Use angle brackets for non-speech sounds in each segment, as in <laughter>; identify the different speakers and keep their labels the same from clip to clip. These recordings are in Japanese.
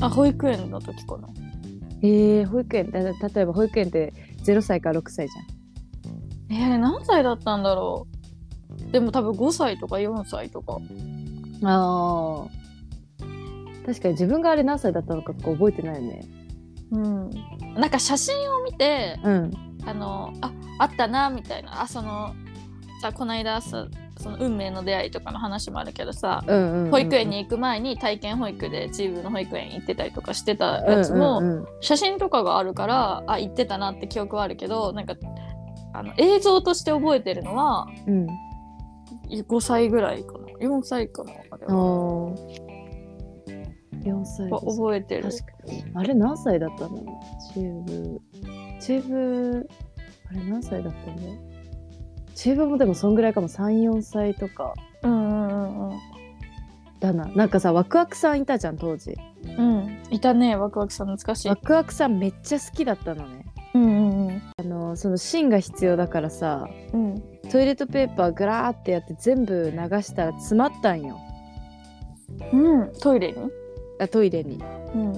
Speaker 1: あ保育園の時かな
Speaker 2: えー、保育園だ例えば保育園って0歳から6歳じ
Speaker 1: えー、何歳だったんだろうでも多分5歳とか4歳とか
Speaker 2: ゃんあー確かに自分があれ何歳だったのかこう覚えてないよね
Speaker 1: うんなんか写真を見て
Speaker 2: うん
Speaker 1: あのああったなみたいなあそのさこの間さその運命の出会いとかの話もあるけどさ
Speaker 2: うんうんうん
Speaker 1: 保育園に行く前に体験保育でチームの保育園行ってたりとかしてたやつも、
Speaker 2: うんうんうん
Speaker 1: 写真とかがあるからあ行ってたなって記憶はあるけどなんかあの映像として覚えてるのは
Speaker 2: うん
Speaker 1: 5歳ぐらいかな4歳かなあれ
Speaker 2: あ
Speaker 1: は
Speaker 2: ー4歳
Speaker 1: は覚えてる
Speaker 2: 確かにあれ何歳だったんだろうチーブチーブあれ何歳だったんだろうチーブもでもそんぐらいかも34歳とか
Speaker 1: うんうんうん
Speaker 2: だななんかさワクワクさんいたじゃん当時
Speaker 1: うんうんいたねワクワクさん懐かしい
Speaker 2: ワクワクさんめっちゃ好きだったのね
Speaker 1: うんうんうん
Speaker 2: あのその芯が必要だからさ
Speaker 1: うん
Speaker 2: トイレットペーパーグラーってやって全部流したら詰まったんよ
Speaker 1: うんトイレに
Speaker 2: あトイレに
Speaker 1: うん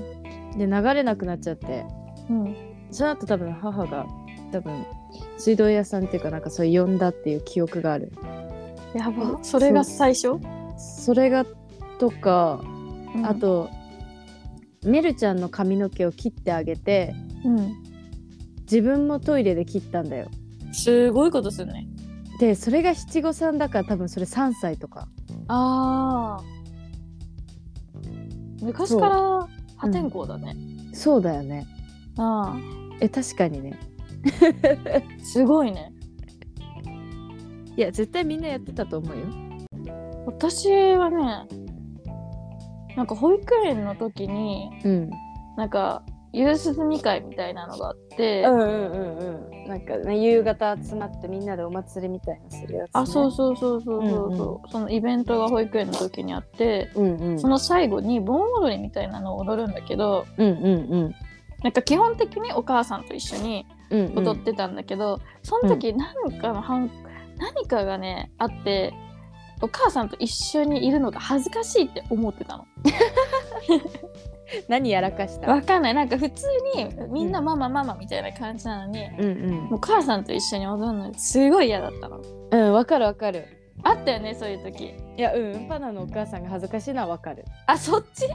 Speaker 2: で流れなくなっちゃって
Speaker 1: うん
Speaker 2: その後多分母が多分水道屋さんっていうかなんかそう呼んだっていう記憶がある
Speaker 1: やばそれが最初
Speaker 2: それがとか
Speaker 1: うん
Speaker 2: あと、ねるちゃんの髪の毛を切ってあげて
Speaker 1: うん
Speaker 2: 自分もトイレで切ったんだよ
Speaker 1: すごいことするね
Speaker 2: でそれが七五三だから多分それ3歳とか
Speaker 1: あー昔から破天荒だね
Speaker 2: そうだよね
Speaker 1: ああ
Speaker 2: え確かにね
Speaker 1: すごいね
Speaker 2: いや絶対みんなやってたと思うよ
Speaker 1: 私はねなんか保育園の時に
Speaker 2: うん
Speaker 1: なんか夕涼み会みたいなのがあって、
Speaker 2: うんうんうんうんなんかね夕方集まってみんなでお祭りみたいなするやつ、ね、
Speaker 1: あそうそうそうそうそう、
Speaker 2: うん
Speaker 1: うそのイベントが保育園の時にあって
Speaker 2: ううんうん
Speaker 1: その最後に盆踊りみたいなのを踊るんだけど
Speaker 2: うんうんうん
Speaker 1: なんか基本的にお母さんと一緒に
Speaker 2: うんうん
Speaker 1: 踊ってたんだけど、その時何かの反、何かがねあってお母さんと一緒にいるのが恥ずかしいって思ってたの。
Speaker 2: 何やらかした
Speaker 1: わかんないなんか普通にみんなママママみたいな感じなのに、も
Speaker 2: うん
Speaker 1: うお母さんと一緒に踊るのすごい嫌だったの。
Speaker 2: うんうんわかるわかる
Speaker 1: あったよねそういう時。
Speaker 2: いやうんうんパナのお母さんが恥ずかしいのはわかる
Speaker 1: あそっち <laughs>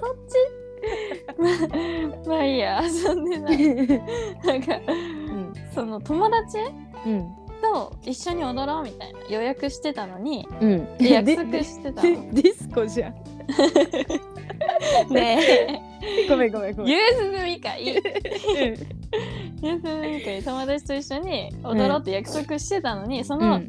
Speaker 1: そっち <laughs> ままあいいや遊んでな
Speaker 2: う
Speaker 1: い。
Speaker 2: ん
Speaker 1: なんかその友達
Speaker 2: うん
Speaker 1: と一緒に踊ろうみたいな予約してたのに
Speaker 2: うん
Speaker 1: で約束してたの。
Speaker 2: ディスコじゃん
Speaker 1: ね
Speaker 2: ごめんごめんごめ
Speaker 1: <laughs>
Speaker 2: ん
Speaker 1: 夕涼み会夕涼み会友達と一緒に踊ろうって約束してたのに、そ
Speaker 2: うん
Speaker 1: の、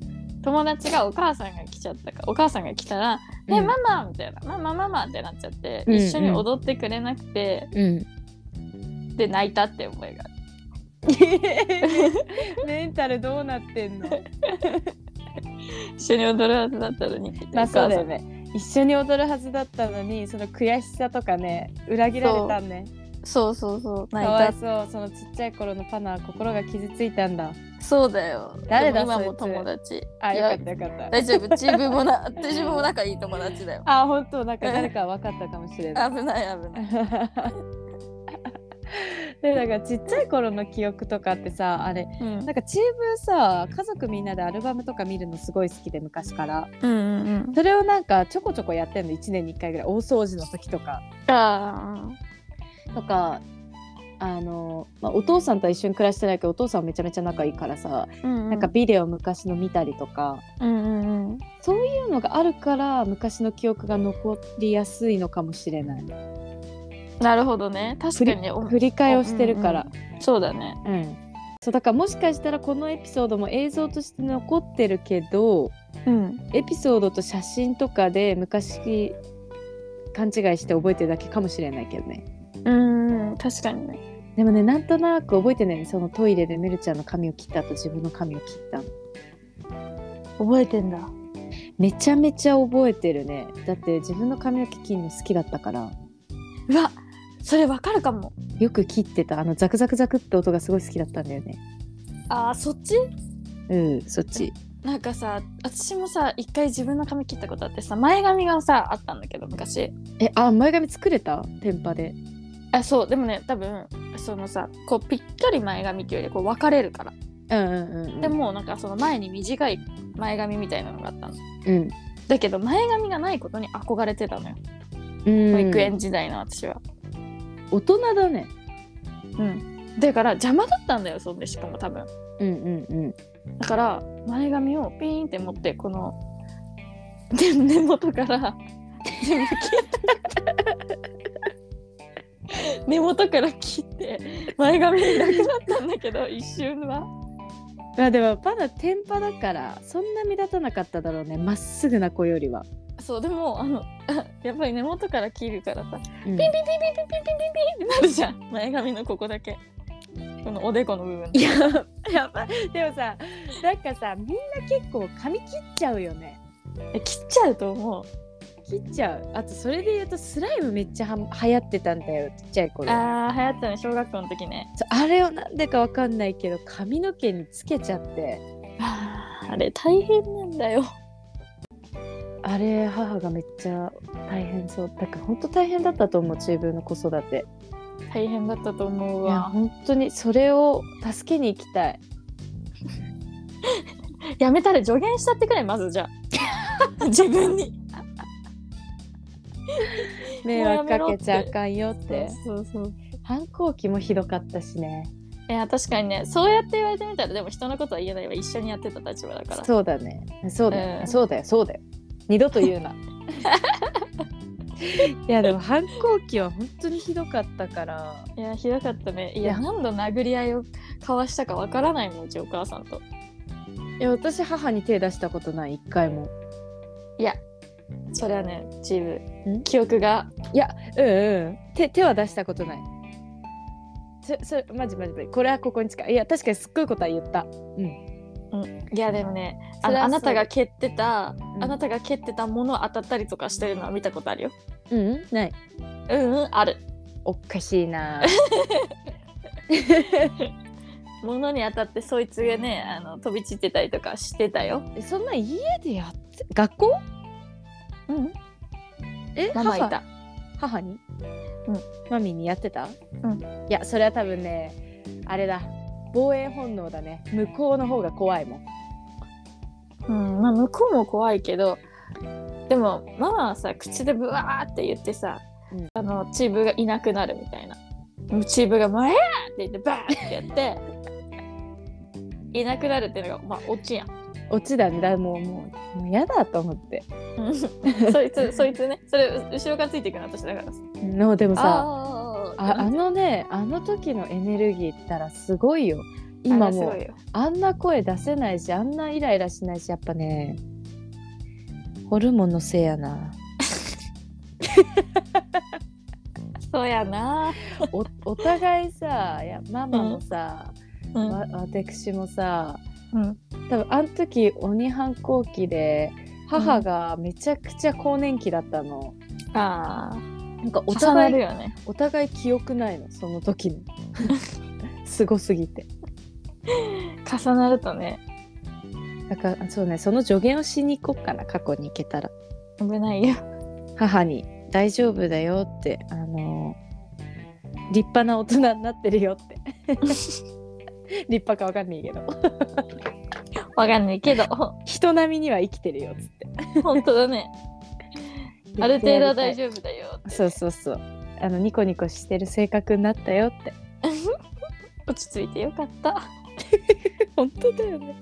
Speaker 1: 友達がお母さんが来ちゃったからお母さんが来たら「
Speaker 2: う
Speaker 1: え
Speaker 2: ん
Speaker 1: ママ!」みたいな「ママママ!」ってなっちゃって、
Speaker 2: うん
Speaker 1: 一緒に踊ってくれなくて
Speaker 2: うん
Speaker 1: で泣いたって思いがある
Speaker 2: メンタルどうなってんの
Speaker 1: 一緒に踊るはずだったのに
Speaker 2: まあそうだよ
Speaker 1: お母
Speaker 2: ね一緒に踊るはずだったのにその悔しさとかね裏切られたんね
Speaker 1: さんそうそうそう
Speaker 2: か
Speaker 1: 泣い
Speaker 2: わい
Speaker 1: た
Speaker 2: そうそのちっちゃい頃のパナは心が傷ついたんだ
Speaker 1: そうだよ
Speaker 2: 誰だ
Speaker 1: でも今
Speaker 2: そ
Speaker 1: も
Speaker 2: いつ
Speaker 1: 友達
Speaker 2: あ
Speaker 1: い
Speaker 2: よか
Speaker 1: や
Speaker 2: ったよかった
Speaker 1: 大丈夫自分もな私も仲いい友達だよ
Speaker 2: あ本当なんか誰か分かったかもしれない
Speaker 1: 危ない危ない
Speaker 2: <laughs> でだからちっちゃい頃の記憶とかってさあれ
Speaker 1: うん
Speaker 2: なんかチームさ家族みんなでアルバムとか見るのすごい好きで昔から
Speaker 1: うんうんうん
Speaker 2: それをなんかちょこちょこやってんの1年に1回ぐらい大掃除の時とか
Speaker 1: あ
Speaker 2: とかあの、まあ、お父さんとは一緒に暮らしてないけどお父さんはめちゃめちゃ仲いいからさ、
Speaker 1: ーうんうん
Speaker 2: なんかビデオ昔の見たりとか
Speaker 1: うんうんうん
Speaker 2: そういうのがあるから昔の記憶が残りやすいのかもしれない
Speaker 1: なるほどね確かにお
Speaker 2: 振り返りをしてるから。
Speaker 1: そうだね
Speaker 2: うん、そうだからもしかしたらこのエピソードも映像として残ってるけど
Speaker 1: うん
Speaker 2: エピソードと写真とかで昔勘違いして覚えてるだけかもしれないけどね
Speaker 1: うんうん確かにね
Speaker 2: でもねなんとなく覚えてないねそのトイレでメルちゃんの髪を切った後自分の髪を切ったの
Speaker 1: 覚えてんだ
Speaker 2: めちゃめちゃ覚えてるねだって自分の髪の毛切るの好きだったから
Speaker 1: うわそれわかるかも
Speaker 2: よく切ってたあのザクザクザクって音がすごい好きだったんだよね
Speaker 1: あーそっち
Speaker 2: うんそっち
Speaker 1: なんかさ私もさ一回自分の髪切ったことあってさ前髪がさあったんだけど昔
Speaker 2: えあ前髪作れた天パで
Speaker 1: あそうでもね多分そのさこうぴったり前髪っていうよりこう分かれるから
Speaker 2: うんうんうん
Speaker 1: でもうなんかその前に短い前髪みたいなのがあったの
Speaker 2: うん
Speaker 1: だけど前髪がないことに憧れてたのよ保
Speaker 2: 保
Speaker 1: 育園時代の私は
Speaker 2: 大人だね
Speaker 1: うんだから邪魔だったんだよそんでしかも多分
Speaker 2: うんうんうん
Speaker 1: だから前髪をピーンって持ってこの <laughs> で根元から全部切って根元から切って前髪なくなったんだけど一瞬は
Speaker 2: まあでもまだ天パだからそんな目立たなかっただろうねまっすぐな子よりは、
Speaker 1: そうでもあの <laughs> あやっぱり根元から切るからさ
Speaker 2: う
Speaker 1: ピ
Speaker 2: ん
Speaker 1: ンピンピンピンピンピンピンピンってなるじゃん前髪のここだけこのおでこの部分
Speaker 2: いや <laughs> やばいでもさなんかさみんな結構髪切っちゃうよね
Speaker 1: え切っちゃうと思う
Speaker 2: 切っちゃうあとそれで言うとスライムめっちゃは流行ってたんだよちっちゃい頃あ
Speaker 1: あー流行ったね小学校の時ね
Speaker 2: あれをなんでかわかんないけど髪の毛につけちゃって
Speaker 1: あーあれ大変なんだよ
Speaker 2: あれ母がめっちゃ大変そうだからほんと大変だったと思う自分の子育て
Speaker 1: 大変だったと思う
Speaker 2: いや
Speaker 1: わ
Speaker 2: 本当にそれを助けに行きたい
Speaker 1: やめたら助言したってくらいまずじゃあ <laughs> 自分に
Speaker 2: 迷惑かけちゃあかんよっ
Speaker 1: そ
Speaker 2: て
Speaker 1: うそうそう
Speaker 2: 反抗期もひどかったしね
Speaker 1: いや確かにねそうやって言われてみたらでも人のことは言えないわ一緒にやってた立場だから
Speaker 2: そうだねそうだよ、
Speaker 1: うん
Speaker 2: そうだよそうだよ二度と言うな <laughs> いやでも反抗期は本当にひどかったから
Speaker 1: いやひどかったねい
Speaker 2: い
Speaker 1: や
Speaker 2: や
Speaker 1: 何度殴り合いを交わしたかわからないもんうちお母さんと
Speaker 2: いや私母に手出したことない一回も
Speaker 1: いやそれはねチー
Speaker 2: ん
Speaker 1: ム記憶が
Speaker 2: うんうん手手は出したことないそそれマジマジマジこれはここに近いいや確かにすっごいことは言った
Speaker 1: いやでもねあ
Speaker 2: それ
Speaker 1: の
Speaker 2: は
Speaker 1: あなたが蹴ってた、
Speaker 2: うん
Speaker 1: あなたが蹴ってたもの当たったりとかしてるのは見たことあるよ
Speaker 2: うんない
Speaker 1: うんうんある
Speaker 2: おかしい <laughs> な
Speaker 1: 物に当たってそいつがねあの飛び散ってたりとかしてたよ。
Speaker 2: えそんな家でやって学校
Speaker 1: うん、
Speaker 2: え
Speaker 1: ママいた。
Speaker 2: 母に、
Speaker 1: うん、
Speaker 2: マミにやってた、
Speaker 1: うん、
Speaker 2: いやそれは多分ねあれだ防衛本能だね向こうの方が怖いもん
Speaker 1: うんまあ、向こうも怖いけどでもママはさ口でブワーって言ってさ、
Speaker 2: うん
Speaker 1: あのチーブがいなくなるみたいな。チーブが「前や!」って言ってバーンってやっていなくなるっていうのがまあ大きいやん。
Speaker 2: オチだねだもうもうもう嫌だと思って
Speaker 1: うんそいつそいつねそれ後ろからついていくの私だからさ。
Speaker 2: のでもさ
Speaker 1: あー
Speaker 2: ああのねあの時のエネルギーったらすごいよ今
Speaker 1: あす
Speaker 2: も
Speaker 1: ご
Speaker 2: う
Speaker 1: いよ
Speaker 2: あんな声出せないしあんなイライラしないしやっぱねホルモンのせいやな
Speaker 1: そうやな。
Speaker 2: お <laughs> お互いさいやママもさ、
Speaker 1: うん
Speaker 2: わ私もさ
Speaker 1: うん
Speaker 2: 多分あの時鬼反抗期で母がめちゃくちゃ更年期だったの、
Speaker 1: ああ
Speaker 2: なんかお
Speaker 1: 重な
Speaker 2: 互
Speaker 1: る
Speaker 2: い
Speaker 1: よね。
Speaker 2: お互い記憶ないのその
Speaker 1: <laughs>
Speaker 2: 時のすごすぎて
Speaker 1: 重なるとね
Speaker 2: だからそうねその助言をしに行こっかな過去に行けたら
Speaker 1: 危ないよ
Speaker 2: 母に「大丈夫だよ」ってあの立派な大人になってるよ
Speaker 1: <laughs>
Speaker 2: って立派かわかんないけど
Speaker 1: わかんないけ
Speaker 2: <laughs>
Speaker 1: ど
Speaker 2: 人並みには生きてるよっつって
Speaker 1: 本当だねある程度は大
Speaker 2: 夫
Speaker 1: 丈夫だよ
Speaker 2: そうそうそうあのニコニコしてる性格になったよって
Speaker 1: 落ち着いてよかった
Speaker 2: 本当だよね。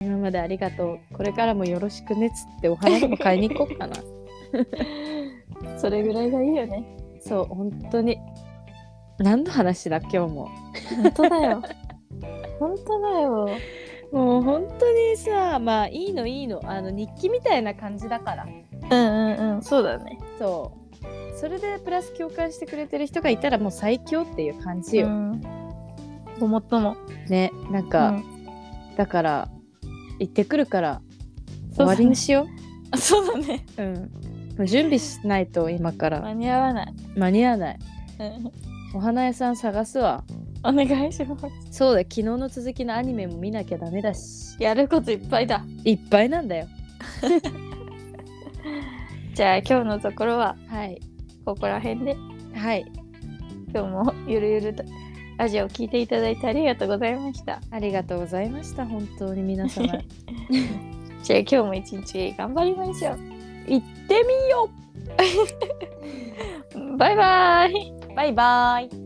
Speaker 2: 今までありがとう。これからもよろしくねっつってお花でも買いに行こうかな。
Speaker 1: それぐらいがいいよね
Speaker 2: そう、本当に。何の話だ、今日も。
Speaker 1: 本当だ
Speaker 2: <laughs>
Speaker 1: よ本当だよ
Speaker 2: もう本当にさ、まあいいのいいの。あの日記みたいな感じだから。
Speaker 1: うんうんうんそうだね
Speaker 2: そう。それでプラス共感してくれてる人がいたらもう最強っていう感じ
Speaker 1: う
Speaker 2: よ。
Speaker 1: んごもっとも
Speaker 2: ね、なん
Speaker 1: う
Speaker 2: か、
Speaker 1: ん
Speaker 2: だから、行ってくるから、
Speaker 1: そうだね
Speaker 2: 終わりにしよ
Speaker 1: あそうだね
Speaker 2: う。うん。もう準備しないと今から
Speaker 1: 間に合わない
Speaker 2: 間に合わない。
Speaker 1: うん
Speaker 2: お花屋さん探すわ。
Speaker 1: お願いします。
Speaker 2: そうだ、昨日の続きのアニメも見なきゃダメだし、
Speaker 1: やることいっぱいだ。
Speaker 2: いっぱいなんだよ。
Speaker 1: じゃあ今日のところは
Speaker 2: はい。
Speaker 1: ここら辺で、
Speaker 2: はい。
Speaker 1: 今日もゆるゆるとラジオを聞いていただいてありがとうございました。
Speaker 2: ありがとうございました。本当に皆様。 <laughs> 行っ
Speaker 1: じゃあ今日も一日頑張りましょう。
Speaker 2: てみよ
Speaker 1: バイバイ
Speaker 2: うバイバイ。